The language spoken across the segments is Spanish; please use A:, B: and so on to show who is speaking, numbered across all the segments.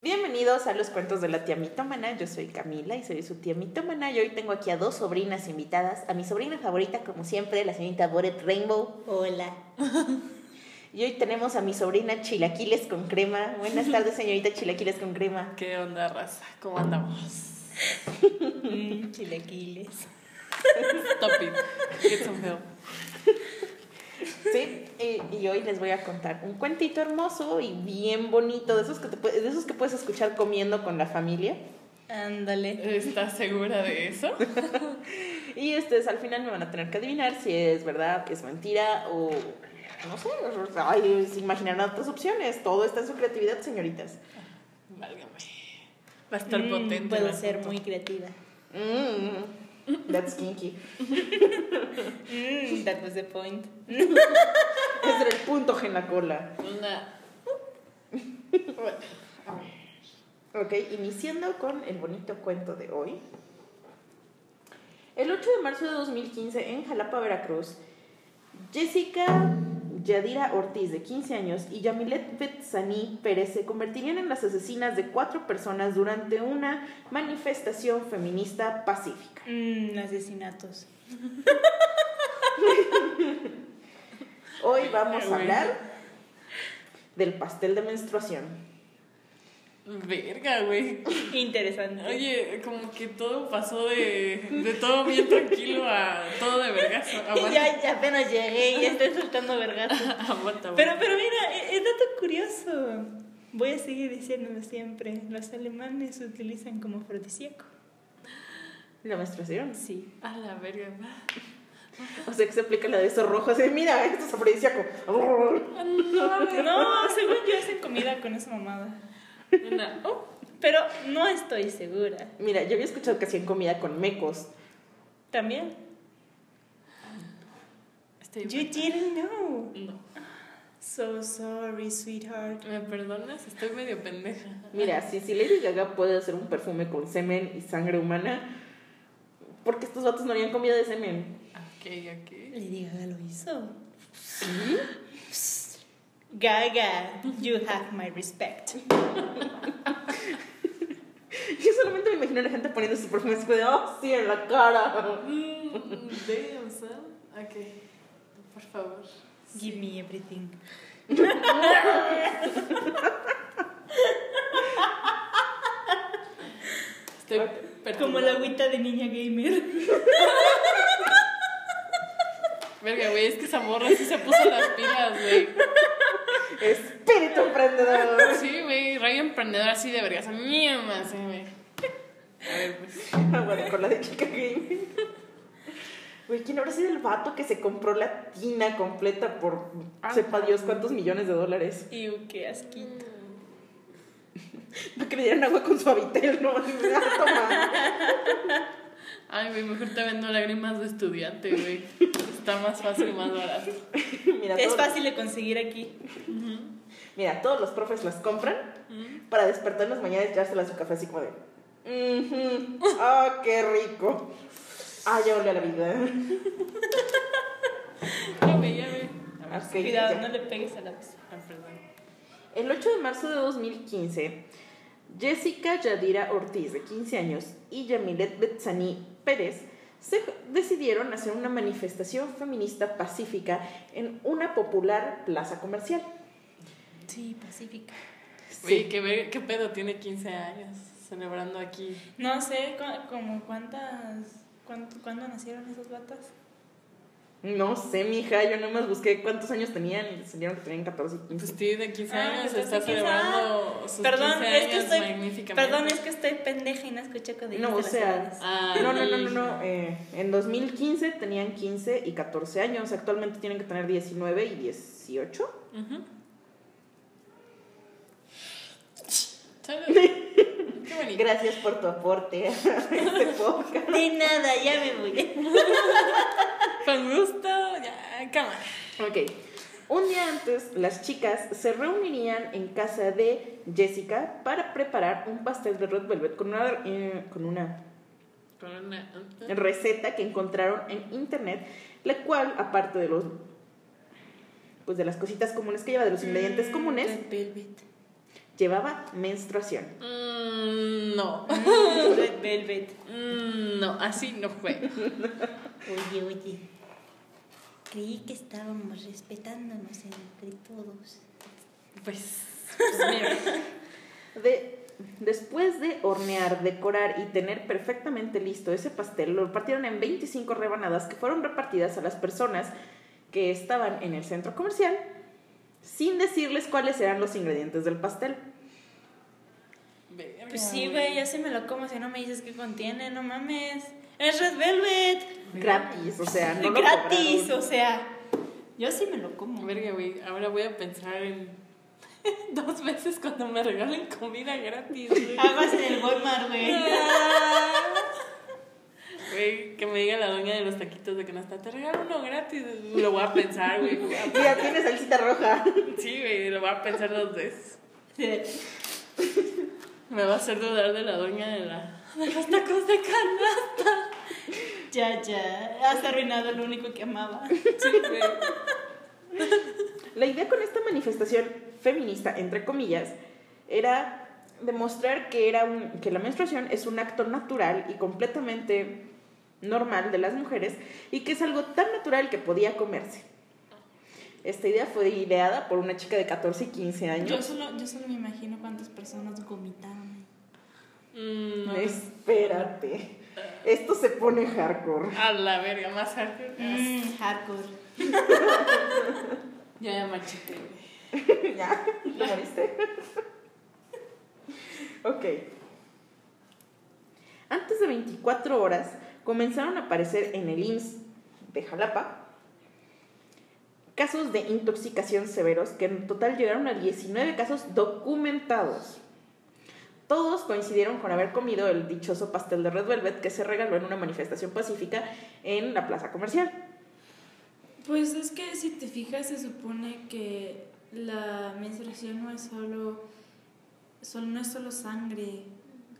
A: Bienvenidos a los cuentos de la tía mitómana. Yo soy Camila y soy su tía mitómana. Y hoy tengo aquí a dos sobrinas invitadas. A mi sobrina favorita, como siempre, la señorita Boret Rainbow.
B: Hola.
A: Y hoy tenemos a mi sobrina Chilaquiles con crema. Buenas tardes, señorita Chilaquiles con crema.
C: ¿Qué onda, raza? ¿Cómo andamos?
B: Mm, chilaquiles.
C: Stop it. Get some help.
A: Sí, y, y hoy les voy a contar un cuentito hermoso y bien bonito, de esos que, te pue- de esos que puedes escuchar comiendo con la familia.
B: Ándale.
C: ¿Estás segura de eso?
A: Y ustedes al final me van a tener que adivinar si es verdad, es mentira o no sé, ay, se imaginarán otras opciones. Todo está en su creatividad, señoritas.
C: Válgame. Va a estar
B: Mm,
C: potente.
B: Puedo
C: la
B: ser
C: foto.
B: muy creativa.
A: Mm, that's kinky.
B: Mm, that was the point.
A: Ese era el punto en la cola.
C: Una.
A: Ok, iniciando con el bonito cuento de hoy. El 8 de marzo de 2015, en Jalapa, Veracruz, Jessica Yadira Ortiz, de 15 años, y Yamilet Betsaní Pérez se convertirían en las asesinas de cuatro personas durante una manifestación feminista pacífica.
B: Mm, asesinatos.
A: Hoy vamos a
C: Ay, güey.
A: hablar del pastel de menstruación.
C: Verga, güey.
B: Interesante.
C: Oye, como que todo pasó de, de todo bien tranquilo a todo de vergazo. Aguanta,
B: ya, ya apenas llegué y ya estoy soltando vergazos.
C: aguanta.
B: Pero, pero mira, e- es dato curioso. Voy a seguir diciéndolo siempre. Los alemanes utilizan como afrodisíaco.
A: La menstruación.
B: Sí.
C: A la verga.
A: O sea, que se aplica la de esos rojos. de, Mira, esto es afrodisíaco.
B: No, según yo hacen comida con esa mamada.
C: Una. Oh,
B: Pero no estoy segura.
A: Mira, yo había escuchado que hacían comida con mecos.
B: También.
C: estoy
B: You didn't know.
C: No.
B: So sorry, sweetheart.
C: ¿Me perdonas? Estoy medio pendeja.
A: Mira, si, si Lady Gaga puede hacer un perfume con semen y sangre humana, ¿por qué estos vatos no harían comida de semen?
C: Ok, ok.
B: Lady Gaga lo hizo.
A: ¿Sí?
B: Gaga, you have my respect.
A: Yo solamente me imagino a la gente poniendo su perfume así como de, ¡oh, sí, en la cara!
C: Mm, damn, son. Ok. Por favor.
B: Give me everything.
C: Estoy
B: Como
C: perturbada.
B: la agüita de niña gamer.
C: Verga, güey, es que esa morra sí se puso las pilas, güey.
A: ¡Espíritu emprendedor!
C: Sí, güey, rayo emprendedor así de vergas. Mierda, sí, güey. A ver, pues.
A: Ah, Bueno, con la de chica gamer. Güey, ¿quién habrá sido el vato que se compró la tina completa por
B: Ah,
A: sepa Dios cuántos millones de dólares?
B: Y qué asquito.
A: Para que le dieran agua con su habitel, ¿no? Ah, toma.
C: Ay, güey, mejor te vendo lágrimas de estudiante, güey. Está más fácil, más barato.
A: Mira,
B: Es
A: todo-
B: fácil de conseguir aquí.
A: Mira, todos los profes las compran para despertar en las mañanas y echárselas a su café así como de... "Ujú, ¡Ah, qué rico! ¡Ah, ya volvió a la vida!
C: Ya, güey, ya, güey. A ver,
A: Ok,
B: Ah, pues, Cuidado,
A: ya.
B: no le pegues a la persona.
C: ah, perdón.
A: El 8 de marzo de 2015, Jessica Yadira Ortiz, de 15 años, y Yamilet Betsaní Pérez se decidieron hacer una manifestación feminista pacífica en una popular plaza comercial.
B: Sí, pacífica.
C: Güey, qué, ver- qué pedo, tiene 15 años celebrando aquí.
B: No sé, cu- como cuántas... cuánto- ¿Cuándo nacieron esas batas?
A: No sé, mija, yo nomás busqué cuántos años tenían y salieron que tenían 14 y 15.
C: Pues tiene 15
B: Ah,
C: años,
B: entonces
C: está
B: quizá-
C: celebrando sus
B: Perdón,
C: 15
B: es que
C: años
B: estoy-
C: magníficamente.
B: Perdón, es que estoy pendeja y no escuché cuando
A: No,
B: dijiste
A: o sea,
B: las edades.
C: Ah,
A: No, no, no, no,
C: y-
A: no. eh, en 2015 tenían 15 y 14 años. Actualmente tienen que tener 19 y 18.
C: Ujú. Chale. Qué bonito.
A: Gracias por tu aporte a este podcast.
B: De nada, ya me voy.
C: Con gusto, ya, cámara.
A: Ok. Un día antes, las chicas se reunirían en casa de Jessica para preparar un pastel de Red Velvet con una, eh, con una
C: Con una.
A: receta que encontraron en internet, la cual, aparte de los
B: Mm,
A: pues de las cositas comunes que lleva, de los ingredientes comunes,
B: Red Velvet.
A: llevaba menstruación.
C: Mm, no.
B: Red Velvet.
C: Mm, no, así no fue.
B: Oye, oye. Creí que estábamos respetándonos entre todos.
C: Pues, pues mira.
A: De- después de hornear, decorar y tener perfectamente listo ese pastel, lo partieron en 25 rebanadas que fueron repartidas a las personas que estaban en el centro comercial sin decirles cuáles eran los ingredientes del pastel.
C: Verga,
B: Pues sí, güey, ya se me lo como si no me dices qué contiene, no mames. Es Red Velvet.
A: Gratis, o sea, no lo
B: Gratis,
A: cobraron.
B: o sea. Yo sí me lo como.
C: Verga, güey. Ahora voy a pensar en dos veces cuando me regalen comida gratis, güey.
B: Aguas en el Walmart, güey.
C: Güey, que me diga la doña de los taquitos de canasta, te regalo uno gratis. Lo voy a pensar, güey.
A: Mira, tiene salsita roja.
C: Sí, güey, lo voy a pensar dos veces.
B: Sí.
C: Me va a hacer dudar de la doña de la. De los tacos de canasta.
B: Ya, ya. Has arruinado lo único que amaba.
C: Sí, güey.
A: La idea con esta manifestación feminista, entre comillas, era demostrar que, era un- que la menstruación es un acto natural y completamente normal de las mujeres y que es algo tan natural que podía comerse. Esta idea fue ideada por una chica de 14 y 15
B: Yo
A: años.
B: solo, yo solo me imagino cuántas personas vomitaron.
C: Mm, no.
A: Espérate. Esto se pone hardcore.
C: A la verga, más hardcore.
B: Mmm, hardcore.
C: Ya, ya machete, güey.
A: ¿Ya? ¿Lo moriste? ok. Antes de 24 horas comenzaron a aparecer en el IMSS de Jalapa casos de intoxicación severos que en total llegaron a 19 casos documentados. Todos coincidieron con haber comido el dichoso pastel de Red Velvet que se regaló en una manifestación pacífica en la plaza comercial.
D: Pues es que si te fijas se supone que la menstruación no es solo, solo- no es solo sangre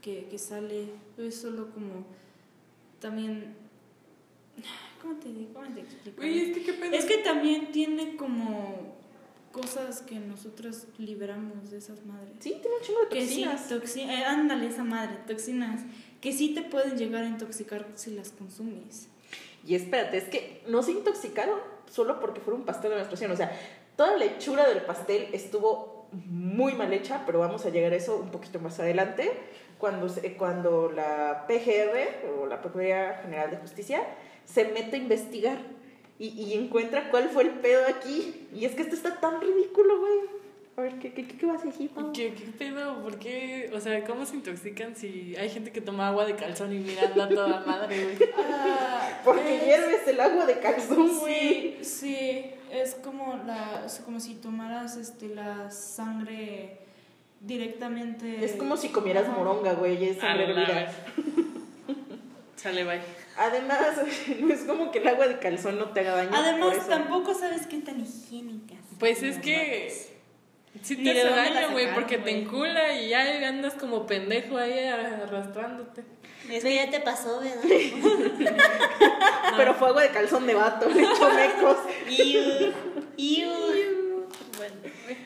D: que, que sale, es solo como también ¿cómo te digo? ¿Cómo te explico?
C: Güey, es que qué pedo.
D: Es que también tiene como cosas que nosotros liberamos de esas madres.
A: Sí, tiene un chingo de
D: Que sí,
A: toxinas.
D: toxi- eh, ándale esa madre, toxinas, que sí te pueden llegar a intoxicar si las consumes.
A: Y espérate, es que no se intoxicaron solo porque fuera un pastel de menstruación. O sea, toda la hechura del pastel estuvo muy mal hecha, pero vamos a llegar a eso un poquito más adelante, cuando, se- cuando la PGR o la Procuraduría General de Justicia se mete a investigar y, y encuentra cuál fue el pedo aquí. Y es que esto está tan ridículo, güey. A ver, ¿qué, qué, qué, qué vas a decir? Pau?
C: ¿Qué, ¿Qué pedo? ¿Por qué? O sea, ¿cómo se intoxican si hay gente que toma agua de calzón y mira, anda toda madre, güey? Eh,
A: Porque hierves el agua de calzón,
D: Sí,
A: güey.
D: sí, es como la es como si tomaras este la sangre directamente.
A: Es como si comieras moronga, güey, es sangre
C: A la
A: hervida.
C: vez. Sale, bye.
A: Además, no es como que el agua de calzón no te haga daño. por
B: Además,
A: eso.
B: tampoco sabes qué tan higiénicas.
C: Pues es
B: No
C: que
B: mames.
C: sí
B: Ni
C: te
B: de
C: hace
B: dónde la
C: daño, güey,
B: sacaron,
C: porque te
B: güey.
C: encula y ya andas como pendejo ahí arrastrándote.
B: Es que ya te pasó, ¿verdad?
A: Ah, Pero fue agua de calzón de vato, hecho mecos.
B: Iu, iu. Bueno,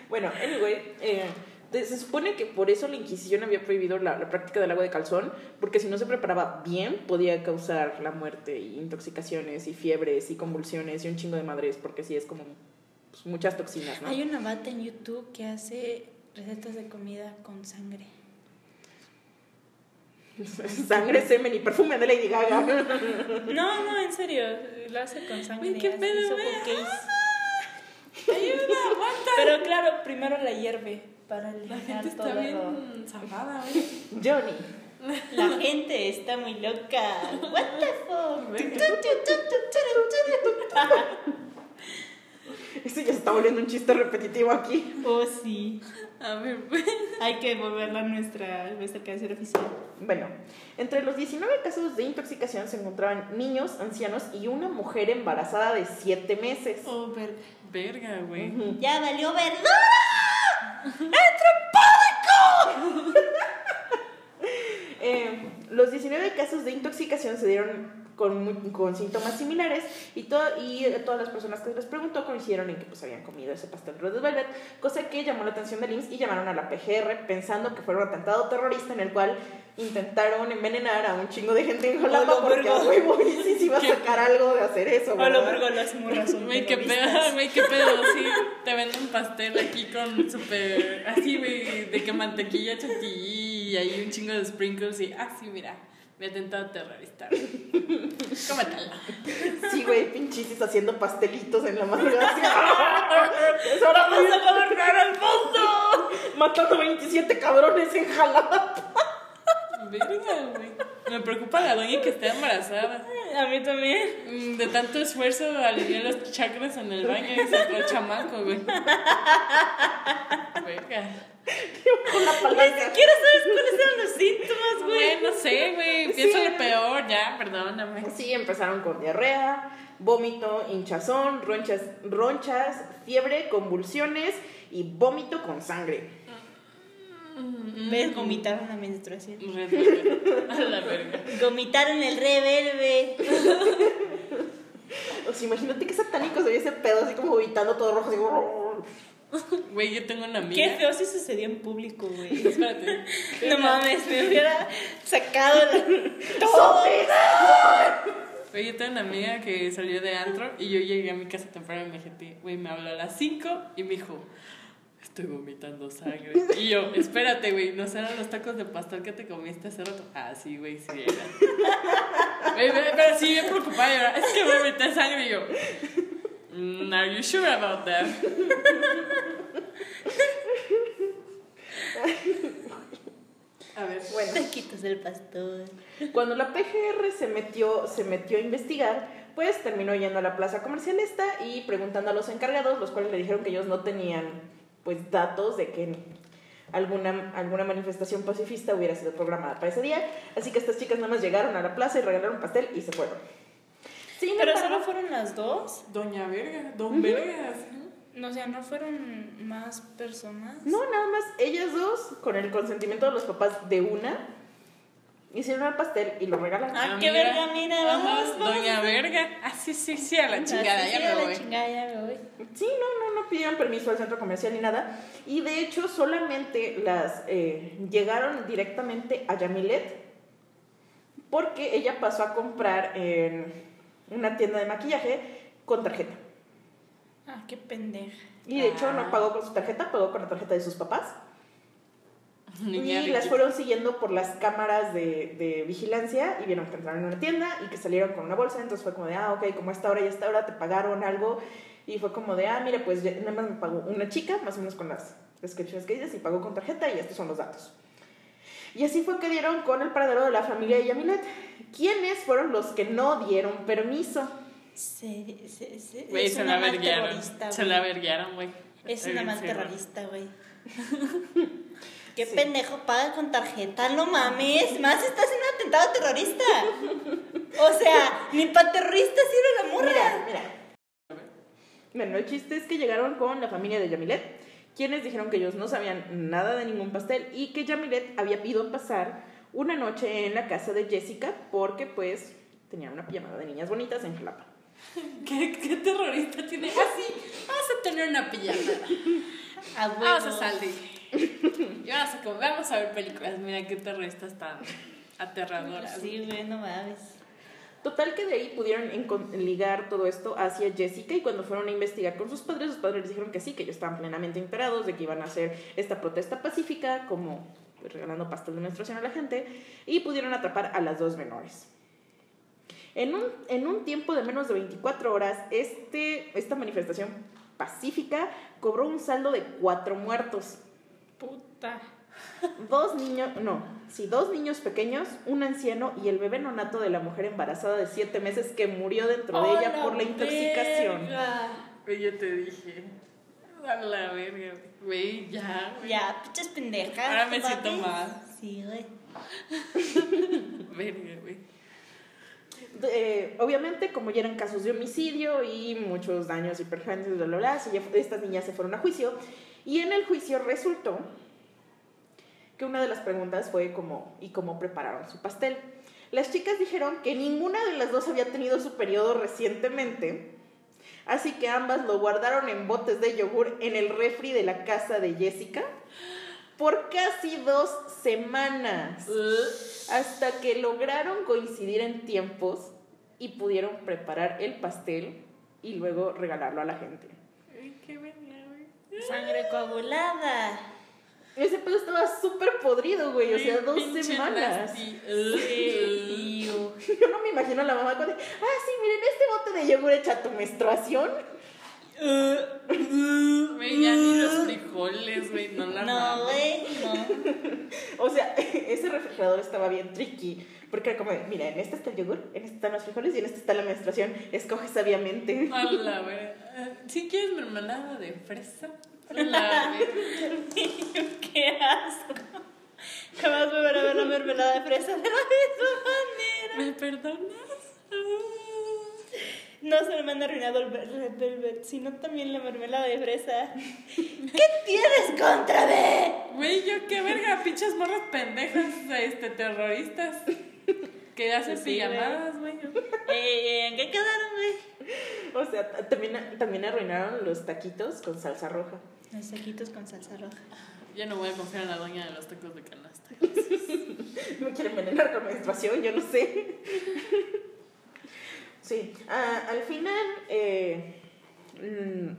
A: Bueno, anyway, eh, de- se supone que por eso la Inquisición había prohibido la, la práctica del agua de calzón, porque si no se preparaba bien, podía causar la muerte, y intoxicaciones, y fiebres, y convulsiones, y un chingo de madres, porque sí es como pues, muchas toxinas, ¿no?
B: hay una bata en YouTube que hace recetas de comida con sangre.
A: Sangre, semen y perfume de Lady Gaga.
B: No, no, en serio, lo hace con sangre.
C: Uy, qué
B: hace-
C: pedo,
B: hizo
C: güey. Ah,
B: hotcakes. Pero claro, primero la hierve para
C: La
B: eliminar
C: gente
B: todo.
C: está bien zafada, güey.
A: Johnny.
B: La gente está muy loca. What the fuck? Tu, tu, tu, tu, tu, tu, tu,
A: Eso ya se está volviendo un chiste repetitivo aquí.
B: tu. Oh, sí.
C: A ver, pues.
B: Hay que volverla nuestra, nuestra canción oficial.
A: Bueno, entre los 19 casos de intoxicación se encontraban niños, ancianos y una mujer embarazada de 7 meses.
D: Oh, verga.
C: Verga, güey.
A: Ujú.
B: Ya valió verdura.
A: Eh, los 19 casos de intoxicación se dieron con, mu- con síntomas similares y, todo, y eh, todas las personas que se les preguntó coincidieron en que pues habían comido ese pastel Red Velvet, cosa que llamó la atención del IMSS y llamaron a la PGR pensando que fue un atentado terrorista en el cual intentaron envenenar a un chingo de gente en Jalapa
B: Hola,
A: porque a
B: verga.
A: huevo IMSS iba a
C: ¿Qué?
A: sacar algo de hacer eso,
B: O lo
A: ¿verdad?
B: vergo las morras son
C: Güey, qué pedo,
B: terroristas.
C: güey, qué pedo, sí. Te venden un pastel aquí con súper. Así, güey, de que mantequilla chantilly y ahí un chingo de sprinkles y. Ah, sí, mira, me atentado terrorista. Cómetala.
A: Sí, güey, pinchisis haciendo pastelitos en la madrugada. así, ¡ah! ¡Es hora de
B: ¡Vamos
A: ir
B: a gobernar al mundo!
A: matando 27 cabrones en Jalapa!
C: Verga, güey. Me preocupa la doña que está embarazada.
B: A mí también.
C: Mm, De tanto esfuerzo alinear los chakras en el baño y sacó el chamaco, güey. Verga.
A: Con la palanca.
B: Quiero saber cuáles eran los síntomas, güey.
C: Güey, no sé, güey. Pienso lo peor, ya, perdóname.
A: Sí, empezaron con diarrea, vómito, hinchazón, ronchas, ronchas, fiebre, convulsiones y vómito con sangre.
B: Mm, ¿Ves? Vomitaron la menstruación.
C: Mm, Red Velvet. A la verga.
B: Vomitaron el reverbe.
A: O sea, imagínate qué satánico se ve ese pedo así como gritando todo rojo, así como...
C: Güey, yo tengo una amiga.
B: Qué feo si sucedió en público, güey.
C: Espérate.
B: No mames, me hubiera sacado la- todo.
A: ¡Sobres!
C: Güey, yo tengo una amiga que salió de antro y yo llegué a mi casa temprano y me dije, güey, me habló a las 5 y me dijo, estoy vomitando sangre. Y yo, espérate, güey, ¿no serán los tacos de pastor que te comiste hace rato? Ah, sí, güey, sí era. Güey, pero- pero sí, bien preocupada, yo era, es que vomité sangre y yo. "Mm, are you sure about that? A ver, bueno.
B: Taquitos del pastor.
A: Cuando la PGR se metió, se metió a investigar, pues terminó yendo a la plaza comercial esta y preguntando a los encargados, los cuales le dijeron que ellos no tenían pues datos de que alguna, alguna manifestación pacifista hubiera sido programada para ese día. Así que estas chicas nada más llegaron a la plaza y regalaron pastel y se fueron. Sin
B: Pero
A: embargo-
B: solo fueron las dos.
C: Doña Verga, Don Vergas.
D: No, o sea, no fueron más personas.
A: No, nada más ellas dos, con el consentimiento de los papás de una, hicieron el pastel y lo regalaron.
B: Ah, qué verga, mira, vamos, vamos.
C: Doña Verga. Ah, sí, sí, sí, a la chingada,
B: Así
C: ya
B: que a
C: me
B: la
C: voy.
B: chingada, ya me voy.
A: Sí, no, no, no pidieron permiso al centro comercial ni nada. Y de hecho, solamente las eh, llegaron directamente a Yamilet porque ella pasó a comprar en una tienda de maquillaje con tarjeta.
D: Ah, qué pendeja.
A: Y de hecho, no
C: Ah.
A: pagó con su tarjeta, pagó con la tarjeta de sus papás.
C: Niña
A: y las
C: riquita.
A: fueron siguiendo por las cámaras de, de vigilancia y vieron que entraron en una tienda y que salieron con una bolsa. Entonces fue como de, ah, ok, como a esta hora y a esta hora te pagaron algo. Y fue como de, ah, mira, pues ya- nada más me pagó una chica, más o menos con las descripciones que dices, y pagó con tarjeta y estos son los datos. Y así fue que dieron con el paradero de la familia de Yamilet. ¿Quiénes fueron los que no dieron permiso?
B: Se, se, se,
C: Güey,
B: es
C: se
B: una
C: la
B: mal
C: verguearon.
B: terrorista,
C: Se
B: güey.
C: la verguearon, güey.
B: Es
C: Está
B: una
C: bien
B: mal
C: seguro.
B: terrorista, güey. Qué
A: Sí.
B: pendejo paga con tarjeta, no mames. Más estás en un atentado terrorista. O sea, ni pa' terrorista sirve la
A: Mira,
B: morra.
A: mira. Bueno, el chiste es que llegaron con la familia de Yamilet, quienes dijeron que ellos no sabían nada de ningún pastel y que Yamilet había pedido pasar una noche en la casa de Jessica porque pues tenía una pijamada de niñas bonitas en Jalapa.
C: ¿Qué, qué terrorista tiene? Así, vamos a tener una pijamada. Ah,
B: A
C: Vamos a salir. Y vamos a comer, vamos a ver películas. Mira qué terroristas tan aterradoras.
B: Sí, güey, no mames.
A: Total que de ahí pudieron encon- ligar todo esto hacia Jessica y cuando fueron a investigar con sus padres, sus padres les dijeron que sí, que ellos estaban plenamente enterados de que iban a hacer esta protesta pacífica como pues, regalando pastel de menstruación a la gente y pudieron atrapar a las dos menores. En un, en un tiempo de menos de 24 horas, este, esta manifestación pacífica cobró un saldo de cuatro muertos.
D: Puta.
A: Dos niños, no, sí, dos niños pequeños, un anciano y el bebé nonato de la mujer embarazada de siete meses que murió dentro de ella
B: Oh,
A: por la intoxicación.
D: verga.
C: Güey, yo te dije. A la verga, güey. Güey, ya, güey.
B: Ya, pichas pendejas.
C: Ahora me
B: no
C: siento
B: mames.
C: mal.
B: Sí, güey.
C: Verga, güey.
A: Eh, obviamente, como ya eran casos de homicidio y muchos daños y perjuicios, bla, bla, bla, se ya- estas niñas se fueron a juicio. Y en el juicio resultó que una de las preguntas fue como, ¿y cómo prepararon su pastel? Las chicas dijeron que ninguna de las dos había tenido su periodo recientemente, así que ambas lo guardaron en botes de yogur en el refri de la casa de Jessica por casi dos semanas, hasta que lograron coincidir en tiempos y pudieron preparar el pastel y luego regalarlo a la gente.
C: Ay, qué verga, güey.
B: Sangre coagulada.
A: Ese pedo estaba súper podrido, güey, o sea,
C: Ay,
A: dos
C: pinche
A: semanas.
C: nasty.
B: Tío.
A: Yo no me imagino a la mamá cuando, ah, sí, miren, este bote de yogur echa tu menstruación.
C: Güey, ya ni los frijoles, güey, no la
B: No,
C: mames.
B: güey, no.
A: O sea, ese refrigerador estaba bien tricky, porque era como, de, mira, en este está el yogur, en este están los frijoles y en este está la menstruación, escoge sabiamente.
C: A la verga. Si quieres mermelada de fresa, A la verga.
B: Qué asco. Jamás me van a ver la mermelada de fresa de la misma manera.
C: ¿Me perdonas?
B: No se me han arruinado el ver- Red Velvet, sino también la mermelada de fresa. ¿Qué tienes contra mí?
C: Güey, yo qué verga, pinches morras pendejas, este, terroristas. Que hacen
B: Sí, güey.
C: pijamadas, güey.
B: Eh, ¿En qué quedaron, güey?
A: O sea, t- también, también arruinaron los taquitos con salsa roja.
B: Los taquitos con salsa roja.
C: Yo no voy a confiar en la doña de los tacos de canasta.
A: Me quieren envenenar con menstruación, yo no sé. Sí, ah, al final, eh, mm,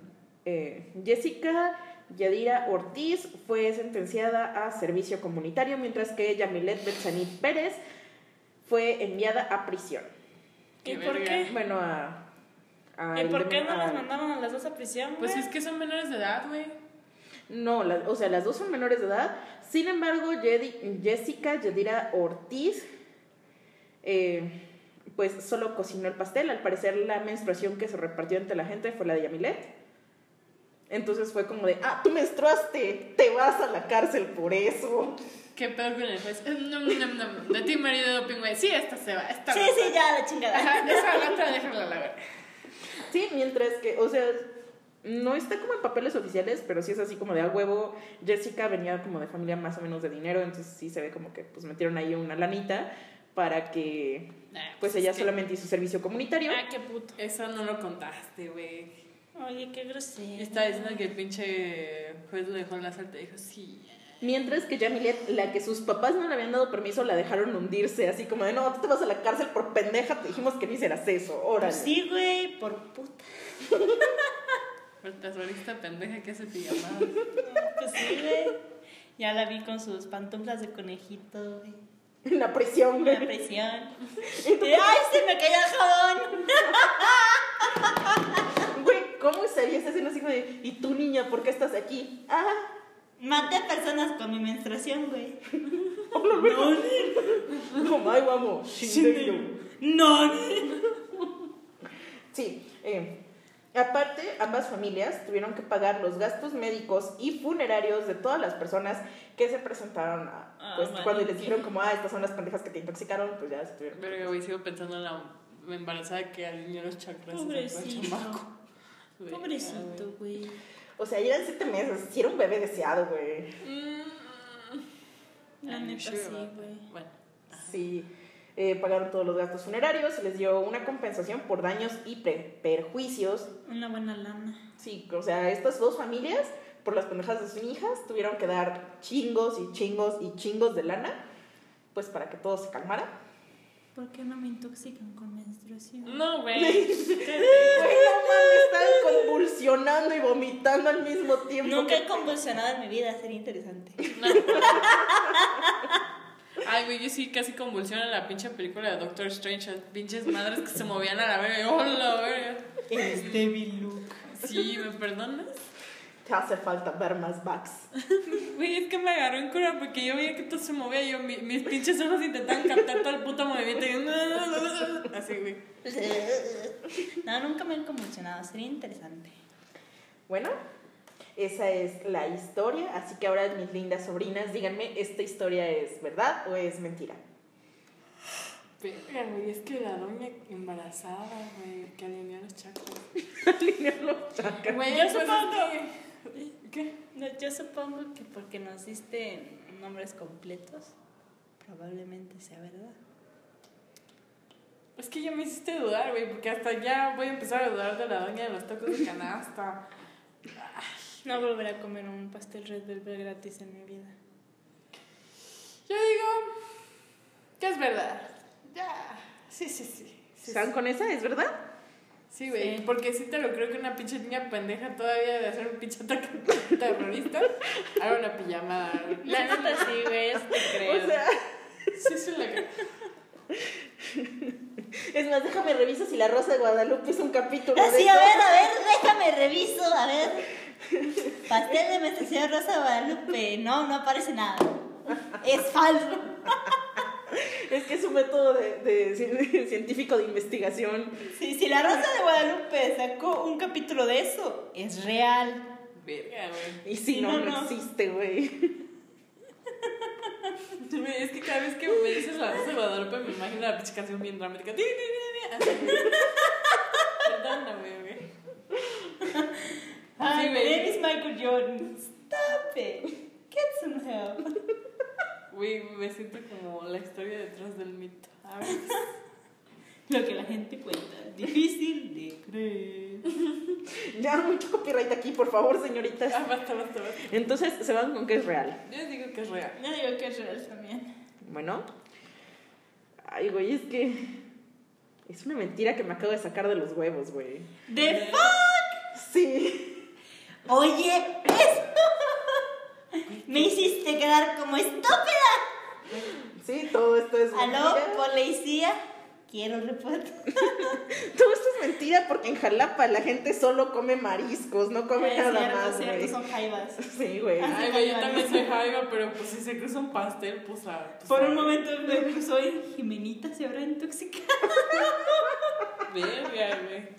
A: eh, Jessica Yadira Ortiz fue sentenciada a servicio comunitario, mientras que Yamilet Betsaní Pérez fue enviada a prisión.
C: Qué
D: ¿Y por
C: verga.
D: qué?
A: Bueno, a... a-
D: ¿Y por qué
A: a-
D: no las mandaban a las dos a prisión?
C: Pues
D: güey?
C: es que son menores de edad, güey.
A: No, la- o sea, las dos son menores de edad. Sin embargo, Jedi- Jessica Yadira Ortiz, eh, pues solo cocinó el pastel. Al parecer, la menstruación que se repartió entre la gente fue la de Yamilet. Entonces fue como de, ah, tú menstruaste, te vas a la cárcel por eso.
C: Qué peor con el juez. Eh, nom, nom, nom. De ti, marido doping, güey. Sí, esta se va. Esta
B: Sí,
C: va.
B: sí, ya, la chingada.
C: Ajá, esa lata déjala a la verga.
A: Sí, mientras que, o sea, no está como en papeles oficiales, pero sí es así como de a huevo. Jessica venía como de familia más o menos de dinero, entonces sí se ve como que pues metieron ahí una lanita para que
C: Nah,
A: Pues ella
C: es que
A: solamente hizo servicio comunitario.
D: Ah, qué puto.
C: Eso no lo contaste, güey.
B: Oye, qué
C: Y
B: grosero.
C: estaba diciendo que el pinche juez lo dejó en la salta y dijo, sí.
A: Mientras que Jamilet, la que sus papás no le habían dado permiso, la dejaron hundirse, así como de no, tú te vas a la cárcel por pendeja, te dijimos que no hicieras eso, órale.
B: Pues sí, güey, por puta.
C: Pero terrorista pendeja que hace pijamadas.
B: Pues sí, güey. Ya la vi con sus pantuflas de conejito, güey.
A: En la prisión,
B: Una
A: güey.
B: presión. Y, ¡Ay, se me cayó el jabón!
A: Güey, ¿cómo sería esa escena así como de, y tú niña, por qué estás aquí? Ah,
B: Maté a personas con mi menstruación, güey.
A: como, ay, guamo, shindeiro".
B: ¡No!
A: Sí, eh, aparte, ambas familias tuvieron que pagar los gastos médicos y funerarios de todas las personas que se presentaron a,
B: Ah,
A: pues,
B: bueno,
A: cuando les
B: sí.
A: dijeron como, ah, estas son las pendejas que te intoxicaron, pues ya se tuvieron.
C: Verga, güey, sigo pensando en la embarazada que alineó los chakras. en el
B: Pobrecito.
C: chamaco. Güey,
B: Pobrecito, güey.
A: O sea, ya eran siete meses, sí era un bebé deseado, güey.
C: ah, güey.
D: La
C: I'm
D: neta
C: sure
D: sí,
C: about
D: güey.
C: that. Mm, Bueno,
A: Sí, eh, pagaron todos los gastos funerarios, se les dio una compensación por daños y pre- perjuicios.
D: Una buena lana.
A: Sí, o sea, estas dos familias, por las pendejas de sus hijas, tuvieron que dar chingos y chingos y chingos de lana, pues para que todo se calmara.
D: ¿Por qué no me intoxican con menstruación?
C: no, güey.
A: Güey, no mames, estaban convulsionando y vomitando al mismo tiempo.
B: Nunca he convulsionado en mi vida, sería interesante.
C: No. Ay, güey, yo sí casi convulsiono en la pinche película de Doctor Strange. Las pinches madres que se movían a la verga. ¡Hola, verga!
A: Eh,
B: Devil Luke.
C: Sí, ¿me perdonas?
A: Te hace falta ver más backs.
C: Güey, es que me agarró en cura porque yo veía que todo se movía y yo, mi- mis pinches ojos intentaban captar todo el puto movimiento. Y yo, así, güey.
B: No, nunca me han convulsionado, sería interesante.
A: Bueno, esa es la historia. Así que ahora, mis lindas sobrinas, díganme, ¿esta historia es verdad o es mentira?
C: Verga, güey, es que la doña embarazada, güey, que alineó los chakras. Güey,
B: Yo
C: pues, es
B: supongo.
C: que- ¿Qué?
B: No, yo supongo que porque nos diste nombres completos, probablemente sea verdad.
C: Es que ya me hiciste dudar, güey, porque hasta ya voy a empezar a dudar de la doña de los tacos de canasta.
B: No volveré a comer un pastel Red Velvet gratis en mi vida.
C: Yo digo que es verdad. Ya. Sí, sí, sí. Sí,
A: ¿Están
C: sí.
A: con esa? ¿Es verdad?
C: Sí, güey, porque sí te lo creo que una pinche niña pendeja todavía de hacer un pinche ataque terrorista haga una pijamada. güey.
B: La neta sí, güey, es que creo.
A: O sea,
C: Sí, sí, la creo.
A: es más, déjame reviso si la Rosa de Guadalupe es un capítulo.
B: Ah,
A: de
B: sí, a
A: esto.
B: ver, a ver, déjame reviso, a ver. Pastel de menstruación Rosa Guadalupe. No, no aparece nada. Es falso.
A: Es que es un método de, de cien- científico de investigación.
B: Sí, si la Rosa de Guadalupe sacó un capítulo de eso, es real.
C: Verga, güey.
A: Y si
B: Sí,
A: no,
B: no,
A: no,
B: no.
A: existe, güey.
C: Güey, Es que cada vez que me dices la voz de Guadalupe me imagino la pinche canción bien dramática. Ti, ti, ti, ti, así. Perdóname, güey.
B: Ay,
C: Sí,
B: my
C: güey.
B: name is Michael Jordan. Stop it. Get some help.
C: Güey, me siento como la historia detrás del mito. A ver.
B: Lo que la gente cuenta. Difícil de creer.
A: Ya, mucho copyright aquí, por favor, señoritas.
C: Ah, basta, basta, basta.
A: Entonces, se van con que es real.
C: Yo digo que es real.
B: No digo que es real también.
A: Bueno. Ay, güey, es que... Es una mentira que me acabo de sacar de los huevos, güey.
B: The fuck.
A: Sí.
B: Oye, eso. Me hiciste quedar como estúpida.
A: Sí, todo esto es
B: Aló,
A: mentira.
B: policía. Quiero reporte.
A: Todo esto es mentira porque en Jalapa la gente solo come mariscos, no come
B: Es
A: nada
B: cierto,
A: más,
B: cierto,
A: güey.
B: son jaivas.
A: Sí, güey.
B: Ah,
C: Ay, güey, yo también soy jaiba, pero pues si se cruza un pastel, pues a. pues,
B: Por
C: a-
B: un momento me cruzó y Jimenita se habrá intoxicado.
C: Verga, güey.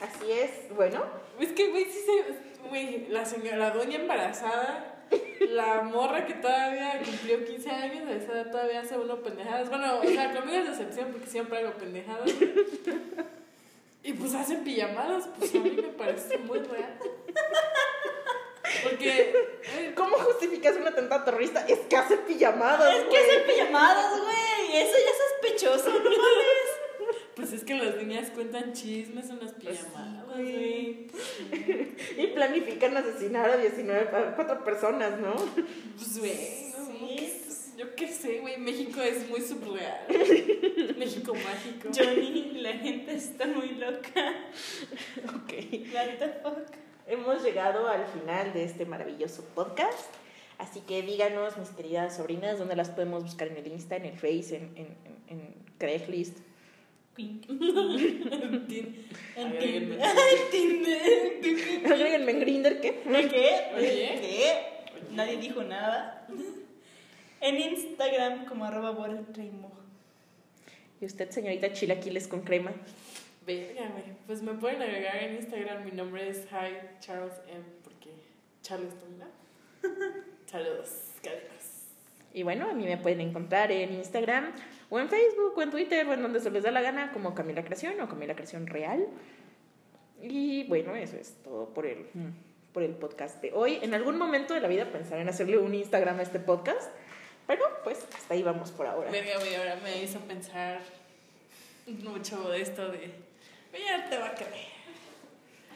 A: Así es. Bueno,
C: Es que, güey, sí se. Güey, la señora, la doña embarazada, la morra que todavía cumplió 15 años, a esa edad todavía hace uno pendejadas. Bueno, o sea, conmigo es decepción porque siempre hago pendejadas. güey. Y pues hacen pijamadas, pues a mí me parece muy real. Porque. eh,
A: ¿cómo justificas un atentado terrorista? Es que hace pijamadas,
B: Es que
A: güey.
B: hacen pijamadas, güey. Eso ya es sospechoso, ¿no?
C: Pues es que las niñas cuentan chismes en las
B: Pues
C: pijamadas, güey.
A: Y planifican asesinar a 19, a cuatro personas, ¿no?
C: Pues, güey, no,
B: Sí.
C: no, qué- yo qué sé, güey, México es muy surreal. México mágico.
B: Johnny, la gente está muy loca.
A: Ok.
B: What the fuck?
A: Hemos llegado al final de este maravilloso podcast. Así que díganos, mis queridas sobrinas, dónde las podemos buscar en el Insta, en el Face, en, en, en, en Craigslist.
B: Quink.
C: Tin-
B: El
C: Agréguenme.
B: Tinder. El Tinder.
A: Agréguenme en Grindr, ¿qué?
B: ¿El qué?
C: Oye.
B: ¿Qué? Nadie dijo nada. En Instagram como arroba borelreimo.
A: Y usted, señorita Chilaquiles con crema.
C: Verga, güey. Pues me pueden agregar en Instagram. Mi nombre es Hi Charles M. Porque Charleston, ¿no? Saludos, caritas.
A: Y bueno, a mí me pueden encontrar en Instagram o en Facebook o en Twitter o en donde se les da la gana como Camila Creación o Camila Creación Real. Y bueno, eso es todo por el,
B: Mm.
A: por el podcast de hoy. En algún momento de la vida pensaré en hacerle un Instagram a este podcast, pero pues hasta ahí vamos por ahora.
C: Verga, güey, ahora me hizo pensar mucho de esto de. "Güey, Ya te va a caer.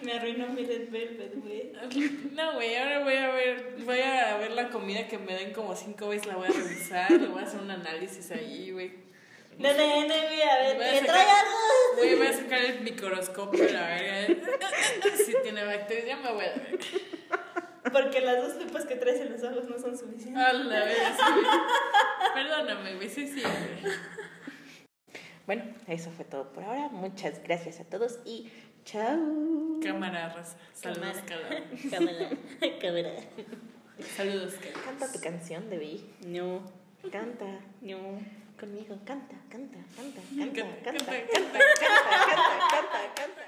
B: Me arruinó mi Red Velvet, güey.
C: No, güey, ahora voy a ver, voy a ver la comida que me den como cinco veces, la voy a revisar, le voy a hacer un análisis ahí, güey.
B: No, no, no, güey, a ver,
C: Voy a
B: que
C: sacar-
B: trae algo.
C: Güey, voy a sacar el microscopio, la verga. Si tiene bacterias, ya me voy a ver.
B: Porque las dos pepas que traes en los ojos no son suficientes.
C: A la verga, sí, güey. Perdóname, güey, sí, sí. güey.
A: Bueno, eso fue todo por ahora. Muchas gracias a todos y chao.
C: Cámara raza. Saludos, calado.
B: Cámara, cámara.
C: Saludos, calado.
A: Canta tu canción, Debbie.
B: No,
A: Canta
B: no.
A: conmigo. Canta, canta, canta,
C: Canta,
A: canta, canta,
C: canta,
A: canta, canta, canta, canta.